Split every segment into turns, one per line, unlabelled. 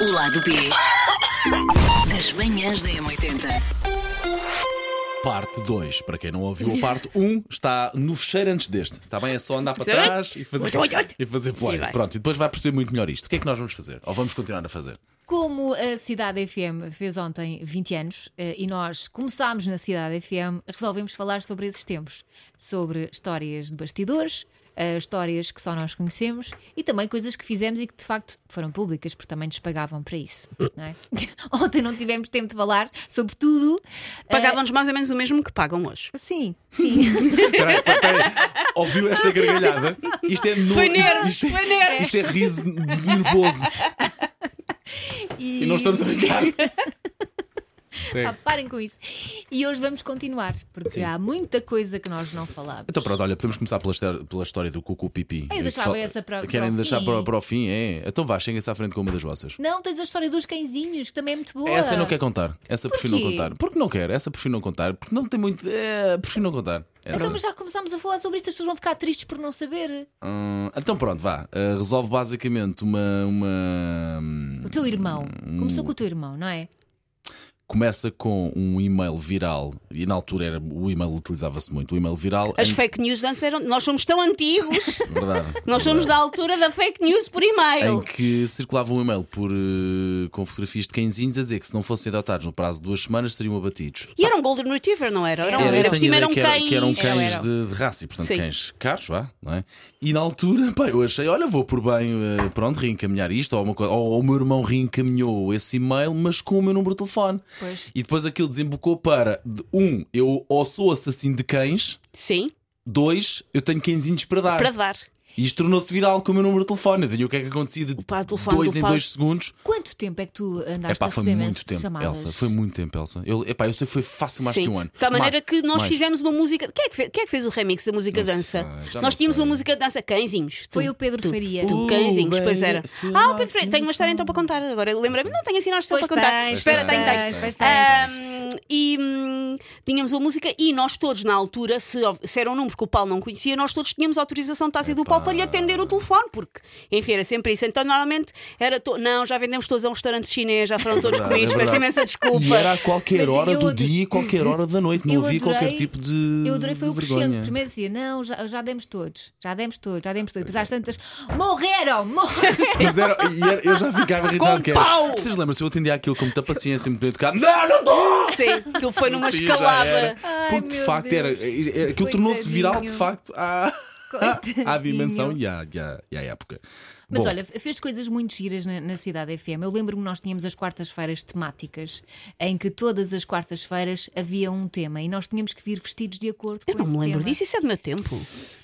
O lado B das manhãs da M80.
Parte 2, para quem não ouviu a parte 1, um, está no fecheiro antes deste. Está bem? É só andar para
Sim.
trás e fazer,
Oito, oito, oito.
e fazer play.
E vai.
Pronto, e depois vai perceber muito melhor isto. O que é que nós vamos fazer? Ou vamos continuar a fazer?
Como a Cidade FM fez ontem 20 anos eh, e nós começámos na Cidade FM, resolvemos falar sobre esses tempos, sobre histórias de bastidores, eh, histórias que só nós conhecemos e também coisas que fizemos e que de facto foram públicas, porque também nos pagavam para isso. não é? ontem não tivemos tempo de falar sobre tudo. eh,
Pagavam-nos mais ou menos o mesmo que pagam hoje.
Sim, sim.
Peraí, peraí. Ouviu esta gargalhada? Isto é no,
Foi
isto,
nervos,
isto, é-
foi nervos.
isto é riso nervoso. E nós estamos a brincar.
Pá,
Segue.
Ah, parem com isso. E hoje vamos continuar, porque há muita coisa que nós não falámos.
Então pronto, olha, podemos começar pela, história- pela história do Cucu Pipi.
Eu
Que
deixava
fal-
essa para-
Querem
para o
deixar
fim.
Para, para o fim? É. Então vá, cheguem-se à frente com uma das vossas.
Não, tens a história dos cãezinhos, que também é muito boa.
Essa eu não quero contar. Essa prefiro não
Porquê?
contar. Porque não quero. Essa prefiro não contar. Porque não tem muito. É, prefiro não contar. Essa.
Então, mas já começámos a falar sobre isto, as pessoas vão ficar tristes por não saber.
Hum, então pronto, vá. Uh, resolve basicamente uma. uma- hum,
O teu irmão. Começou com o teu irmão, não é?
Começa com um e-mail viral. E na altura era, o e-mail utilizava-se muito. O e-mail viral.
As
em-
fake news de antes eram. Nós somos tão antigos,
Verdade.
nós somos da altura da fake news por
Em
e-mail.
que circulava um e-mail por, eh, com fotografias de cãezinhos a dizer que se não fossem adotados no prazo de duas semanas seriam abatidos.
E era um Golden Retriever, não era? Era, um-
Era,
era
eu
por
tenho
cima
ideia
eram
que, era- um
cães. É,
que eram
Eram,
cães
eram.
de, de raça e, portanto,
Sim.
cães caros, vá, não é? E na altura, pá, eu achei, olha, vou por bem, eh, pronto, reencaminhar isto, ou, uma coisa, ou, ou o meu irmão reencaminhou esse e-mail, mas com o meu número de telefone.
Pois.
E depois aquilo desembocou para, de, um, eu ou sou assassino de cães,
um- Sim,
dois, eu tenho cãezinhos para dar.
para dar.
E isto tornou-se viral com o meu número de telefone. Eu tenho o que é que acontecia de
pá, o telefone
dois
do
em
Paulo.
dois segundos.
Quanto tempo é que tu andaste
Epá,
a
foi
receber
muito
mensagem de
tempo,
chamadas?
Elsa. Foi muito tempo, Elsa. Eu, epá, eu sei que foi fácil mais
Sim.
que um ano.
De tal maneira
Mais,
que nós
mais.
fizemos uma música. Quem é que fez, quem é que fez o remix da música
Não
dança?
sei, já
nós
não
tínhamos
sei.
uma música de dança cãezinhos. Tu-
Foi o Pedro
tu-
Faria.
Tu
Uh,
cãezinhos,
bem,
pois era.
feels
Ah, o
like
Pedro Faria. Tenho uma história então para contar agora. Lembrei-me, não tenho assim nós para
Pois
contar.
tens,
Espera,
pois
tenho
tens,
texto.
pois tens.
Ahm, E hum, tínhamos uma música e nós todos na altura, se, se era um número que o Paulo não conhecia, nós todos tínhamos autorização de taça do Paulo para lhe atender o telefone, porque enfim, era sempre isso. Então normalmente era to- não, já vendemos todos a um restaurante chinês, já foram todos
Verdade,
comidos,
é
peço
verdade.
imensa desculpa.
E era assim. a qualquer
Mas
hora
eu
do
ado-
dia e qualquer hora da noite. Não
Eu
havia qualquer
adorei-
tipo de.
Eu adorei, foi o
vergonha.
crescendo. Primeiro dizia, não, já, já demos todos, já demos todos, já demos
é.
todos. Depois às tantas, morreram, morreram.
Mas era, e era- eu já ficava irritado.
Com
que era-
pau!
Vocês lembram-se? Eu atendia aquilo com muita paciência, muito bem educado. Não, não dou!
Sim, aquilo foi numa
E já era.
escalada.
Ai,
Porque de
meu
facto
Deus.
era. era- era- Aquilo tornou-se
Coitadinho.
viral de facto à, à
Coitadinho.
dimensão e à, e à- e à época.
Mas
Bom,
olha, fez coisas muito giras na, na Cidade FM. Eu lembro-me nós tínhamos as quartas-feiras temáticas, em que todas as quartas-feiras havia um tema e nós tínhamos que vir vestidos de acordo
Eu
com
não
esse
me lembro
tema.
disso, isso é do meu tempo.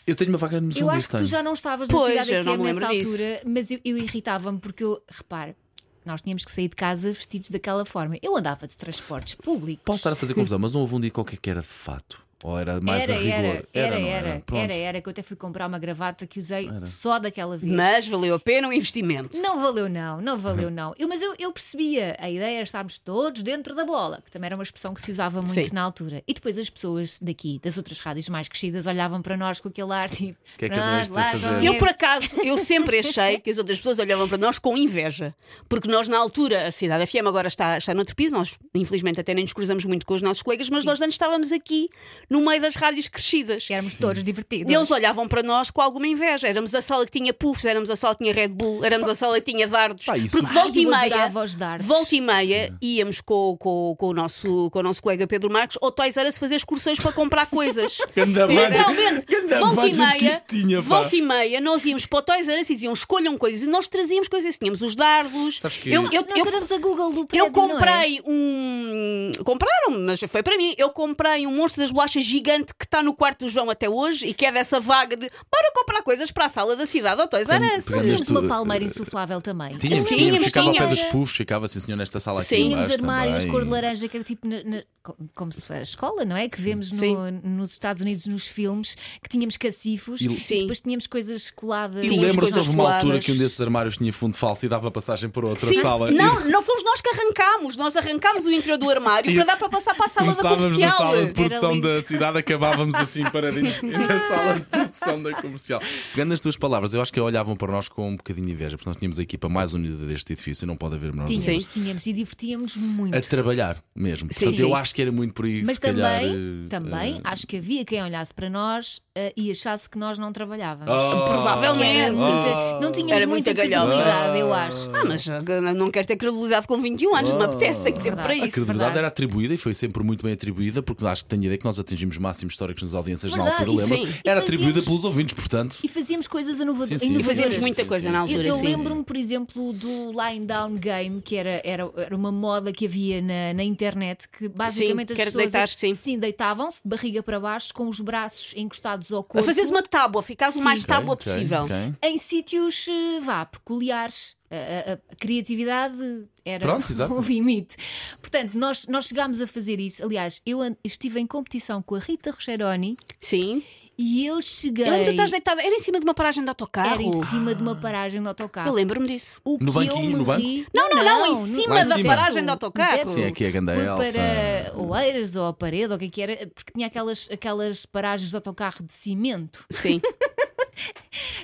eu tenho uma vaga noção
Eu acho
disso.
que tu
tenho.
já não estavas
Pois,
na cidade
eu não
FM
me
nessa
lembro disso.
altura, mas eu, eu irritava-me porque eu, repare, nós tínhamos que sair de casa vestidos daquela forma. Eu andava de transportes públicos.
Posso estar a fazer confusão, mas não houve um dia qualquer que era de fato. Ou era mais
era,
a rigor.
era, era,
não
era,
Pronto.
era, era, que eu até fui comprar uma gravata que usei só daquela vez.
Mas valeu a pena o investimento.
Não valeu, não, não valeu,
Uhum.
não. Eu, mas eu, eu percebia, a ideia era estarmos todos dentro da bola, que também era uma expressão que se usava muito
Sim.
na altura. E depois as pessoas daqui, das outras rádios mais crescidas, olhavam para nós com aquele ar tipo. O
que é que andam estes a fazer?"
Eu, por acaso, eu sempre achei que as outras pessoas olhavam para nós com inveja. Porque nós, na altura, a Cidade FM agora está, está noutro piso, nós, infelizmente, até nem nos cruzamos muito com os nossos colegas, mas nós antes estávamos aqui, no meio das rádios crescidas.
Éramos todos
Hum.
divertidos.
E eles olhavam para nós com alguma inveja. Éramos a sala que tinha puffs, éramos a sala que tinha Red Bull, éramos a sala que tinha dardos.
Pá, isso-
Porque volta e
Ai, eu
meia,
adorava os dardos.
volta e meia íamos com, com, com o nosso, com o nosso colega Pedro Marques ou Toys R Us fazer excursões para comprar coisas.
Ganda budget.
Literalmente,
Ganda
volta e
budget que
meia,
isto tinha, pá.
volta e meia, nós íamos para o Toys R Us e diziam escolham coisas e nós trazíamos coisas. Tínhamos os dardos.
Sabes que-
Eu, eu,
Nós
eu-
éramos a Google do prédio,
eu
não é?
comprei um. Compraram, mas foi para mim. Eu comprei um monstro das bolachas gigante que está no quarto do João até hoje e que é dessa vaga de para comprar coisas para a sala da cidade ou Toys R Us.
Quando-
Nós tínhamos
Fizeste,
uma
uh,
palmeira insuflável também.
Tínhamos,
Sim,
tínhamos,
mas
ficava ao pé
tínhamos.
dos puffs, ficava assim, senhor, nesta sala aqui.
Sim.
Tínhamos
embaixo
armários
também.
cor de laranja que era tipo na- na- co- como se faz escola, não é? Que vemos no-
Sim.
nos Estados Unidos nos filmes que tínhamos cacifos e,
Sim.
depois tínhamos coisas coladas.
E
Sim, as
lembra-se,
coisas
houve uma altura
coladas.
que um desses armários tinha fundo falso e dava passagem para outra
Sim,
sala. E
não, não fomos nós que arrancámos. Nós arrancámos o interior do armário para dar para passar para a sala da
Começávamos na
comercial.
sala de produção
lindo.
da cidade, acabávamos assim paradinhos na sala de produção da comercial. Pegando nas tuas palavras, eu acho que olhavam para nós com um bocadinho de inveja, porque nós tínhamos a equipa mais unida deste edifício, não pode haver menor dúvida.
Tínhamos, tínhamos e divertíamos muito.
A trabalhar mesmo.
Sim,
Portanto,
sim.
eu acho que era muito por aí,
Mas
se calhar.
também,
eh,
também acho que havia quem olhasse para nós eh, e achasse que nós não trabalhávamos.
Ah.
Que era
Provavelmente.
muita- não tínhamos
Ah. Era
muita
muita galhofa.
credibilidade, eu acho.
Ah, mas ah, não quero ter credibilidade com 21 anos, não me apetece, tenho tempo para
A
isso. é?
credibilidade
verdade.
era atribuída e foi sempre muito bem atribuída, porque acho que tenho a ideia que nós atingimos máximos históricos nas audiências
Verdade,
na
e
altura, lembra-se?
sim.
E
Era
fazíamos-
atribuída pelos ouvintes, portanto.
E fazíamos coisas inovado-
Sim,
inovadoras.
sim, sim,
Fazíamos
sim,
muita
sim,
coisa
sim,
na
sim.
Eu,
altura,
eu
sim.
lembro-me, por exemplo, do Line Down Game, que era, era, era uma moda que havia na, na internet, que basicamente as
quero
pessoas é
deitar, sim.
deitavam-se de barriga para baixo com os braços encostados ao
A
corpo.
fazeres uma tábua, ficares o mais
Sim.
tábua
Ok, ok,
possível.
ok.
Em sítios, eh, vá, peculiares. A, a- a criatividade era
Pronto, exato.
o limite. Portanto, nós, nós chegámos a fazer isso. Aliás, eu an- estive em competição com a Rita Rocheroni
Sim.
e eu cheguei.
Eu lembro que tu estás deitada. Era em cima de uma paragem de autocarro.
era em cima de uma paragem de autocarro.
Eu lembro-me disso.
O
No
que
banquinho,
eu
no
me
banco?
ri...
Não, não, não, em
no
cima
teto.
da
paragem de autocarro.
No teto.
Sim, aqui é a ganda
Fui
Elsa.
para Oeiras ou a parede, ou o que é que era, porque tinha aquelas, aquelas paragens de autocarro de cimento.
Sim.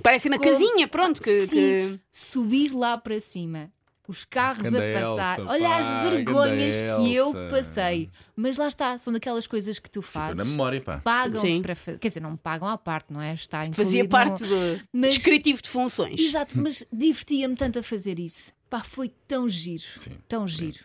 Parece uma
Como-
casinha, pronto, que.
Sim,
que-
subir lá para cima. Os carros
Ganda
a passar.
Elsa,
Olha
pá,
as vergonhas
ganda
que eu
Elsa.
passei. Mas lá está, são daquelas coisas que tu
Na
fazes.
memória, pá.
Pagam-te
Sim.
para fazer. Quer dizer, não me pagam à parte, não é? Está incluído
Fazia
no-
parte do
Mas-
descritivo de funções.
Exato, mas divertia-me tanto a fazer isso. Pá, foi tão giro. tão giro.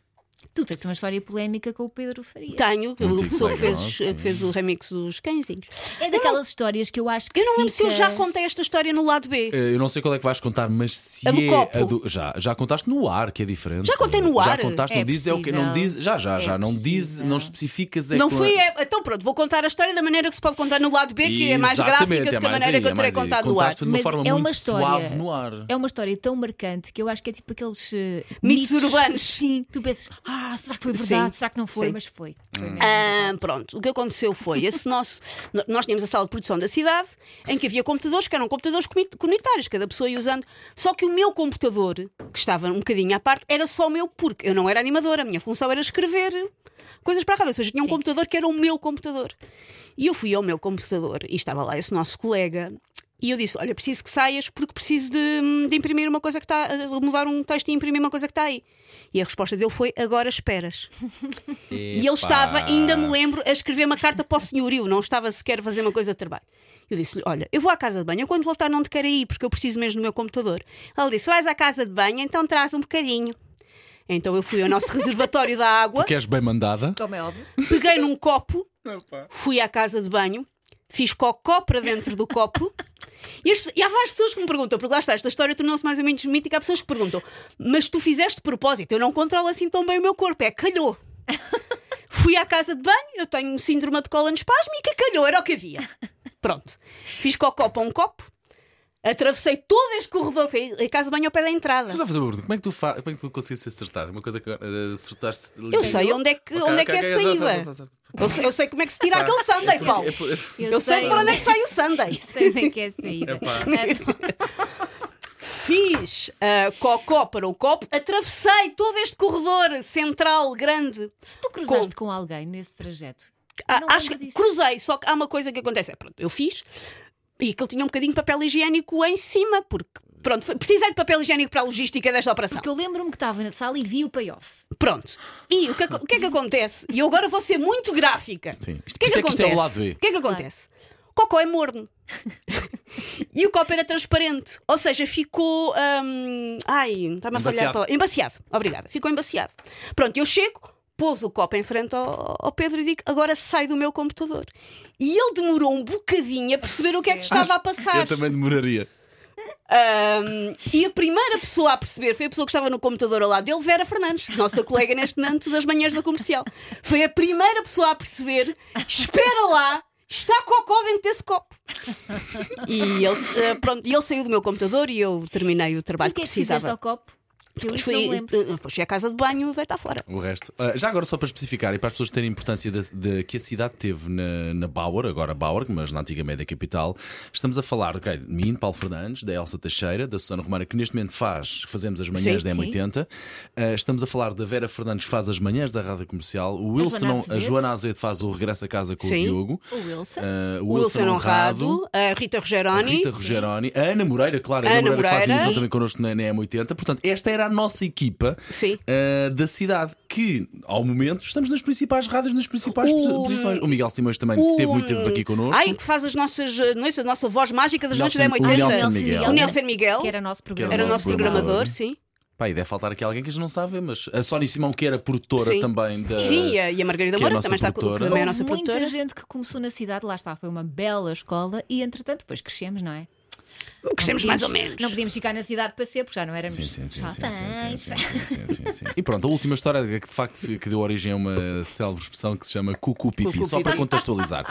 Tu tens uma história polémica com o Pedro Faria.
Tenho,
Antigo
a pessoa
colega
que fez,
nosso,
que
sim.
fez o remix dos cãezinhos.
É daquelas histórias que eu acho que.
Eu não lembro se eu
fica-
já contei esta história no lado B.
Eh, Eu não sei qual é que vais contar, mas se
A do
é
copo.
Já, já contaste no ar, que é diferente.
Já contei no
Já
ar?
contaste,
É
não diz, é o que não
possível.
diz. Já, já,
É
já. Não diz,
possível.
não especificas é
Não
com a-
fui. é- Então, pronto, vou contar a história da maneira que se pode contar no lado B, que é mais
Exatamente,
gráfica do que a
mais
maneira
aí,
que eu
é
terei
mais aí.
contado no ar.
Contaste de uma
Mas
forma
é uma
muito
história-
suave no ar.
É uma história tão marcante que eu acho que é tipo aqueles eh,
Mitos urbanos.
Sim, tu pensas, ah, será que foi verdade?
Sim,
Será que não foi?
sim.
Mas foi. Foi mesmo
Ah,
verdade.
pronto, o que aconteceu foi esse nosso. no- Nós tínhamos a sala de produção da cidade em que havia computadores que eram computadores comi- comunitários, cada pessoa ia usando. Só que o meu computador, que estava um bocadinho à parte, era só o meu, porque eu não era animadora, a minha função era escrever coisas para a rádio. Ou seja, eu tinha um computador que era o meu computador. E eu fui ao meu computador e estava lá esse nosso colega. E eu disse: Olha, preciso que saias porque preciso de, de imprimir uma coisa que está. mudar um texto e imprimir uma coisa que está aí. E a resposta dele foi: Agora esperas. E ele estava, ainda me lembro, a escrever uma carta para o senhorio, não estava sequer a fazer uma coisa de trabalho. Eu disse-lhe: Olha, eu vou à casa de banho, eu quando voltar não te quero ir, porque eu preciso mesmo do meu computador. Ele disse: Vais à casa de banho, então traz um bocadinho. Então eu fui ao nosso reservatório da água,
Porque és bem mandada.
Como é óbvio.
peguei num copo, fui à casa de banho, fiz cocó para dentro do copo. E, as, e há várias pessoas que me perguntam, porque lá está, esta história tornou-se mais ou menos mítica. Há pessoas que perguntam, mas tu fizeste de propósito, eu não controlo assim tão bem o meu corpo, é calhou. Fui à casa de banho, eu tenho um síndrome de cólon espásmica, calhou, era o que havia. Pronto. Fiz cocó para um copo, atravessei todo este corredor, fui a casa de banho ao pé da entrada.
Mas a fazer uma pergunta. Como é que tu, fa... como é que tu conseguiste acertar? Uma coisa que eh, acertaste.
Eu sei onde é que,
Ok,
onde é,
ok,
que é a
ok,
saída. Eu sei, eu sei como é que se tira aquele Sunday, Paulo.
Eu,
Eu sei para onde é que sai o Sunday.
sei onde é que é a saída.
Fiz ah, cocó para o copo, atravessei todo este corredor central grande.
Tu cruzaste com alguém nesse trajeto?
Ah,
Não
acho
lembro
que
disso.
cruzei, só que há uma coisa que acontece. É, pronto, eu fiz e aquilo tinha um bocadinho de papel higiênico em cima, porque pronto, foi- precisei de papel higiênico para a logística desta operação.
Porque eu lembro-me que estava na sala e vi o payoff.
Pronto. E o que, aco- o que é que acontece? E eu agora vou ser muito gráfica.
Sim. Isto-
o que é que
isto é que isto é o
acontece?
lado B.
o que é que acontece? Cocó é morno. e o copo era transparente. Ou seja, ficou. hum, ai, está-me a falhar. a
Embaciado.
palavra. Embaciado. Obrigada. Ficou embaciado. Pronto, eu chego, pôs o copo em frente ao, ao Pedro e digo: agora sai do meu computador. E ele demorou um bocadinho a perceber o que é que estava a passar.
Eu também demoraria.
Um, e a primeira pessoa a perceber foi a pessoa que estava no computador ao lado dele, Vera Fernandes, nossa colega neste momento das manhãs da comercial. Foi a primeira pessoa a perceber: espera lá, está cocó dentro desse copo. E ele, eh, pronto, e ele saiu do meu computador e eu terminei o
E
trabalho
o que é que fizeste
precisava.
ao copo? Que eu isso
Foi,
não me lembro.
eh, depois fui à casa de banho e vai estar fora.
O resto. Ah, já agora, só para especificar e para as pessoas terem importância da- da- que a cidade teve na, na Bauer, agora Bauer, mas na antiga média capital, estamos a falar ok, de mim, de Paulo Fernandes, da Elsa Teixeira, da Susana Romana, que neste momento faz, fazemos as manhãs
Sim,
da
sim.
M80. Ah, estamos a falar da Vera Fernandes, que faz as manhãs da Rádio Comercial. O Wilson,
Joana
não- a
Azevedo.
Joana Azevedo faz o Regresso a Casa com
Sim.
o Diogo.
O Wilson.
Ah, o
O Wilson, Honrado, a Rita
a
Rogeroni.
Rita Rogeroni, a Ana Moreira, claro, a
Ana
Ana Moreira, que faz
Moreira.
edição também connosco na, na M80. Portanto, esta era a nossa equipa
Sim.
ah, da cidade, que ao momento estamos nas principais rádios, nas principais
O-
posi- posições. O Miguel Simões também, que teve muito tempo aqui connosco.
Ai, que faz as nossas eh, noites, a nossa voz mágica das noites da
Nelson-
M80.
o Nelson Miguel.
O Nelson Miguel.
Que era nosso
era
programa.
Era o nosso
nosso
programador,
programador.
sim.
Pá, e deve faltar aqui alguém que a gente não está a ver, mas a Sónia Simão, que era produtora
Sim.
também da.
Sim, e a, e a Margarida
que é a
Moura
nossa
também está com- que
produtora.
também é a
Houve
nossa
muita
produtora.
gente que começou na cidade, lá está, foi uma bela escola e entretanto depois crescemos, não é?
Crescemos
Não
mais ou
podíamos-
menos.
Não podíamos ficar na cidade para ser, porque já não éramos
Sim, sim, sim, sim,
jovens.
sim, sim, sim, sim, sim, sim, sim. E pronto, a última história é que de facto fi- que deu origem a uma célebre expressão que se chama Cucu Pipi,
Cucu
só para
Pipi.
contextualizar.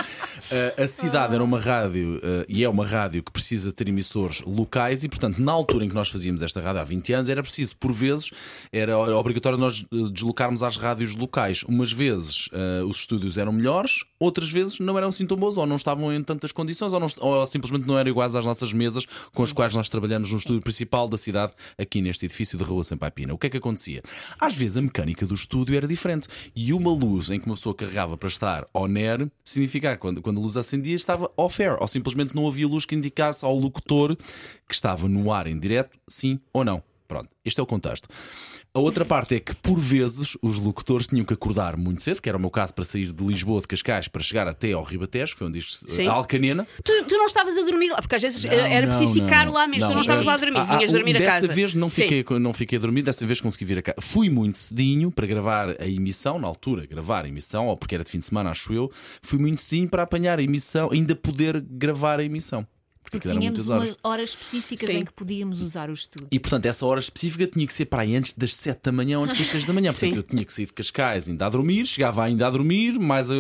Uh, a cidade era uma rádio uh, e é uma rádio que precisa ter emissores locais e, portanto, na altura em que nós fazíamos esta rádio há 20 anos, era preciso, por vezes, era o- obrigatório nós uh, deslocarmos às rádios locais. Umas vezes uh, os estúdios eram melhores, outras vezes não eram assim tão bons, ou não estavam em tantas condições, ou, não est- ou simplesmente não eram iguais às nossas mesas com as quais nós trabalhamos no estúdio principal da cidade, aqui neste edifício da Rua Sampaio Pina. O que é que acontecia? Às vezes a mecânica do estúdio era diferente e uma luz em que uma pessoa carregava para estar on air significava que quando, quando a luz acendia estava off air, ou simplesmente não havia luz que indicasse ao locutor que estava no ar em direto, sim ou não. Pronto, este é o contexto. A outra parte é que, por vezes, os locutores tinham que acordar muito cedo, que era o meu caso para sair de Lisboa, de Cascais, para chegar até ao Ribatejo, que foi onde isto se-
Sim.
a Alcanena.
Tu, tu não estavas a dormir lá, porque às vezes eh,
Não,
era
não,
preciso
não,
ficar
não.
lá mesmo, tu não
Não,
estavas
eh,
lá a dormir,
ah, ah,
vinhas
o-
dormir a
dessa
casa.
vez não
Sim.
fiquei, não fiquei a dormir, dessa vez consegui vir a casa. Fui muito cedinho para gravar a emissão, na altura, gravar a emissão, ou porque era de fim de semana, acho eu. Fui muito cedinho para apanhar a emissão, ainda poder gravar a emissão.
Porque
aquilo eram
tínhamos
muitas
umas horas específicas
Sim.
em que podíamos usar o estudo.
E portanto, essa hora específica tinha que ser para aí antes das 7 da manhã ou antes das 6 da manhã. Portanto,
Sim.
eu tinha que sair de Cascais ainda a dormir, chegava ainda a dormir, mais a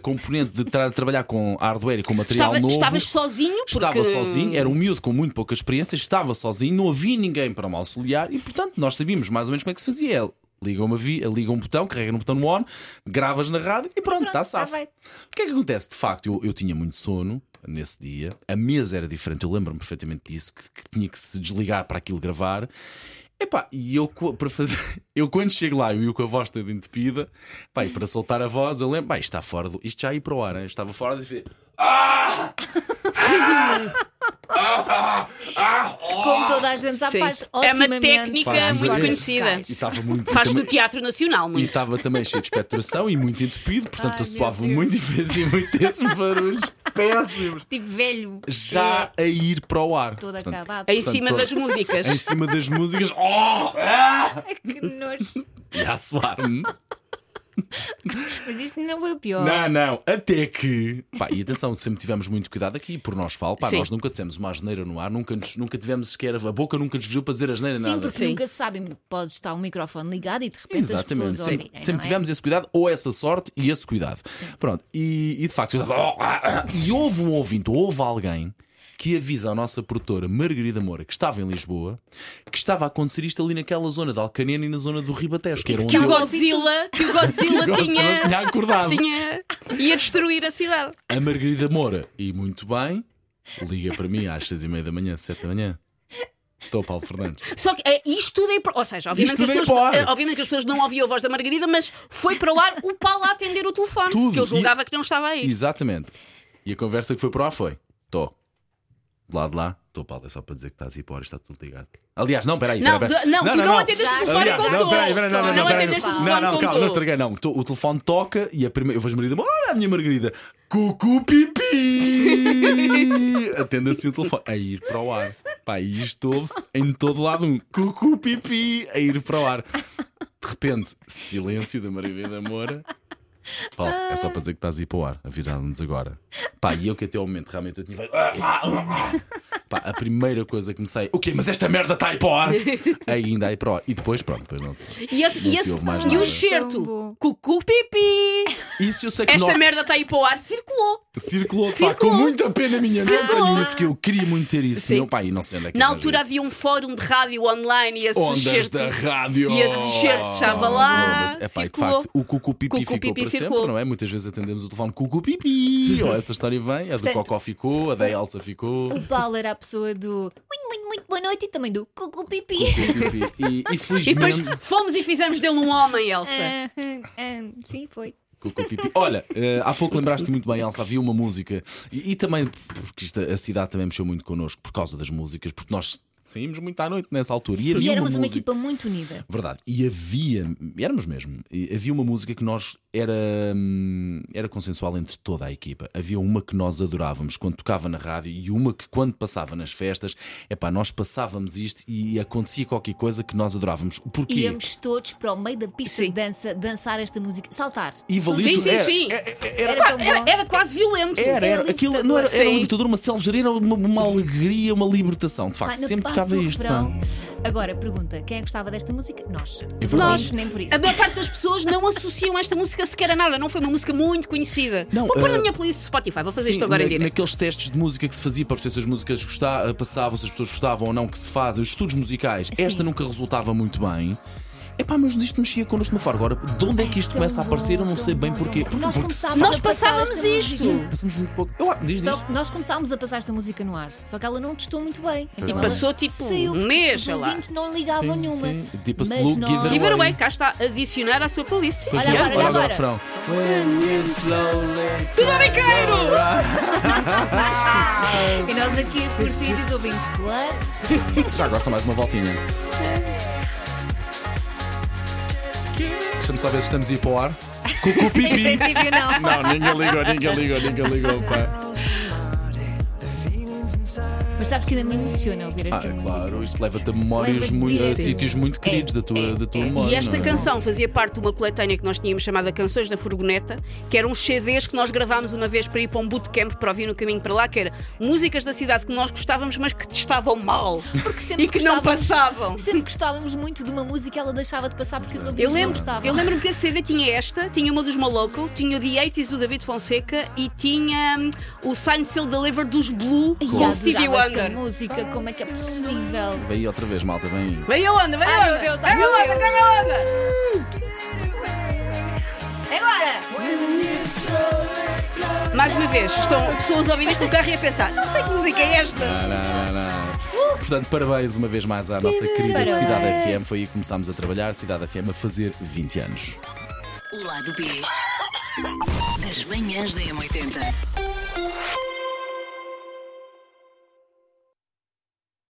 componente de tra- trabalhar com hardware e com material
Estava-
novo.
estavas sozinho, porque
Estava sozinho, era um miúdo com muito pouca experiência, estava sozinho, não havia ninguém para me auxiliar e, portanto, nós sabíamos mais ou menos como é que se fazia. Ele Liga, uma vi, liga um botão, carrega no botão no on, gravas na rádio e pronto, está
tá
está
safo.
feito.
O que é que acontece? De facto, eu, eu tinha muito sono nesse dia, a mesa era diferente, eu lembro-me perfeitamente disso, que, que tinha que se desligar para aquilo gravar. Epá, e eu co- para fazer, eu quando chego lá, eu com a voz toda entupida, pá, e para soltar a voz, eu lembro, pá, isto está fora do. Isto já ia para o ar, hein? estava fora e fiz.
Como toda a gente sabe,
Sim.
faz
É uma
otimamente.
técnica
Faz muito muito
conhecida.
E estava muito.
Faz
também-
no Teatro Nacional,
E
muito.
estava também cheio de expectoração e muito entupido, portanto
Ai,
eu
meu
suava
Deus.
muito e fazia muito esses barulhos péssimos.
Tipo velho.
Já a ir para o ar.
Todo
Portanto,
É. acabado.
Em cima
Portanto,
das músicas.
Em cima das músicas. Oh!
Que nojo.
E a suar-me.
Oh. Mas isto não foi o pior.
Não, não, até que. Pá, e atenção, sempre tivemos muito cuidado aqui, por nós falo, pá,
Sim.
nós nunca dissemos uma asneira no ar, nunca, nos- nunca tivemos sequer. A boca nunca nos viu para dizer asneira,
Sim,
nada.
porque
Sim.
nunca se sabe, pode estar o microfone ligado e de repente as
Exatamente,
pessoas
sim.
ouvirem. não
sempre
é?
tivemos esse cuidado, ou essa sorte e esse cuidado. Pronto, e, e de facto, eu estava, "Oh, ah, ah", e houve um ouvinte, ou houve alguém que avisa a nossa produtora Margarida Moura, que estava em Lisboa, que estava a acontecer isto ali naquela zona de Alcanena e na zona do Ribatejo, que era onde
Que o
eu-
Godzilla, que o Godzilla
que o Godzilla tinha
tinha,
acordado.
tinha. ia destruir a cidade.
A Margarida Moura, e muito bem, liga para mim às seis e meia da manhã, sete da manhã. Estou Paulo Fernandes.
Só que eh, isto tudo é para. Ou seja, obviamente,
Isto tudo
que as
é
pessoas,
para o ar.
eh, obviamente que as pessoas não ouviam a voz da Margarida, mas foi para o ar o Paulo a atender o telefone,
Tudo.
que eu julgava
E-
que não estava aí.
Exatamente. E a conversa que foi para lá foi: estou. De lá de lá, estou Paulo, é só para dizer que estás aí para o ar, está tudo ligado. Aliás, não, peraí.
Não,
peraí, peraí.
de- não, tu não atendeste
o telefone
Aliás,
com
não,
todos.
peraí, peraí, não, não,
Não
não, peraí.
atendeste o
telefone
não, não,
com
calma, não
todos.
estraguei, não. O telefone toca e a primeira. Eu vejo a Margarida, olha a minha Margarida, cucu pipi. Atende assim o telefone, a ir para o ar. Pá, e isto ouve-se em todo lado um cucu pipi a ir para o ar. De repente, silêncio da Margarida Moura. Paulo, é só para dizer que estás a ir para o ar, a virar-nos agora. Pá, e eu que até ao momento realmente eu tinha. feito, "Ah, ah, ah, ah." Pá, a primeira coisa que me sai, o quê? Mas esta merda está a ir para o ar! Ainda a ir para o ar. E depois, pronto, depois não sei.
E, esse,
Não
e,
se
esse,
ouve mais
e o
nada.
certo,
Tão bom.
cucu pipi,
Isso eu sei que
esta
nós.
merda está aí para o ar, circulou.
Circulou, de
Circulou.
facto, com muita pena minha. Não
Circulou.
tenho isso, porque eu queria muito ter isso.
Sim.
Meu pai, e não sei onde é que
Na
era
altura
isso.
havia um fórum de rádio online e esse
Ondas
excerto-
da rádio.
E esse excerto estava lá.
É pá, de
circulou.
facto, o cucu pipi
Cucu
ficou
pipi
para
circulou.
sempre, não é? Muitas vezes atendemos o telefone cucu pipi. Ou essa história vem, a do
Portanto,
Cocó ficou, a da Elsa ficou.
O Paulo era a pessoa do muito, muito, muito boa noite e também do cucu pipi.
Cucu pipi. E, e
E depois
felizmente.
fomos e fizemos dele um homem, Elsa.
Ah, ah, ah, sim, foi.
Cucu pipi. Olha, eh, há pouco lembraste muito bem, Elsa, havia uma música e, e também porque isto- a cidade também mexeu muito connosco por causa das músicas, porque nós saímos muito à noite nessa altura e havia
E éramos
uma,
uma
música-
equipa muito unida.
Verdade. E havia, éramos mesmo, e havia uma música que nós era, hum, era consensual entre toda a equipa. Havia uma que nós adorávamos quando tocava na rádio e uma que quando passava nas festas, epá, nós passávamos isto e acontecia qualquer coisa que nós adorávamos. Porquê?
Íamos todos para o meio da pista
Sim.
de dança dançar esta música, saltar.
E é, valia
Sim,
tudo.
sim,
era, é,
sim.
Era,
Era tão bom.
Era, era quase violento.
era, era.
libertador.
aquilo não era, era um
Sim.
libertador, uma selvageria, era uma, uma alegria, uma libertação. De
Pá,
facto,
na
sempre
parte
tocava
do
isto.
refrão.
pá. É
Agora, pergunta: quem é que gostava desta música? Nós. Os
verdade.
ouvintes, nem por isso.
A maior parte das pessoas não associam esta música sequer a nada. Não foi uma música muito conhecida.
Não,
vou pôr
eh,
na minha playlist do Spotify, vou fazer
Sim,
isto agora em
na-
direto.
Naqueles testes de música que se fazia para perceber se as músicas gosta- eh, passavam, se as pessoas gostavam ou não, que se fazem, os estudos musicais,
Sim.
esta nunca resultava muito bem. Epá, mas isto mexia connosco de uma forma. Agora, de onde é que isto
Tão
começa a aparecer? Eu não
bom,
sei
tão
bem
bom,
porquê.
tão
Porque-
bom. Nós
porque
começámos
Nós
a passar
passávamos
esta
isto.
música.
Passamos muito pouco. Eu, ah, diz, diz.
Só que nós começámos a passar esta música no ar, só que ela não testou muito bem. Então
não.
ela
Passou, tipo,
saiu
um
porque
mês,
Os
sei lá.
ouvintes não ligavam
Sim,
nenhuma.
sim. Tipo,
Mas
look,
nós-
give it
E
away.
Way, cá está, adicionar à sua playlist. Sim,
Pois
Olha
é,
agora, olha
agora o
agora.
refrão. When you slowly
Tudo bem, queiro!
E nós aqui a curtir e os ouvintes. What?
Já agora só mais uma voltinha. Deixa-me só ver se estamos a ir para o ar. Cucu
Em
pipi.
princípio, não.
Não, ninguém ligou, ninguém ligou, ninguém ligou, pá.
Mas sabes que ainda me emociona ouvir esta
Ah, é
música.
claro, isto leva-te a memórias,
Leva-te
muito, a
direto.
sítios muito queridos
É,
da tua,
é,
da tua
é.
memória.
E esta
não é?
canção fazia parte de uma coletânea que nós tínhamos chamada Canções da Furgoneta, que eram uns CDs que nós gravámos uma vez para ir para um bootcamp para ouvir no caminho para lá, que era músicas da cidade que nós gostávamos, mas que testavam mal
Porque sempre
e que não
gostávamos-
passavam.
Sempre gostávamos muito de uma música, ela deixava de passar porque os ouvintes
Eu
não
lembro,
gostavam.
eu lembro que esse CD tinha esta, tinha uma dos Maloco, tinha o The 80s do David Fonseca e tinha hum, o Sign Seal Deliver dos Blue
E
com o Stevie
adorava essa
Wonder.
música, como é que é possível?
Vem aí outra vez, malta, vem
Uh!
aí.
Vem a onda, vem a
Ai,
onda!
meu Deus, ai,
vem
meu
a onda,
Deus.
vem a onda!
Agora!
Mais uma vez, estão pessoas a ouvir isto no carro e a pensar: não sei que música é esta!
Lá, lá, lá, lá. Portanto, parabéns uma vez mais à nossa querida
Parabéns.
Cidade FM. Foi aí que começámos a trabalhar, Cidade FM, a fazer 20 anos.
O lado B das manhãs da M80.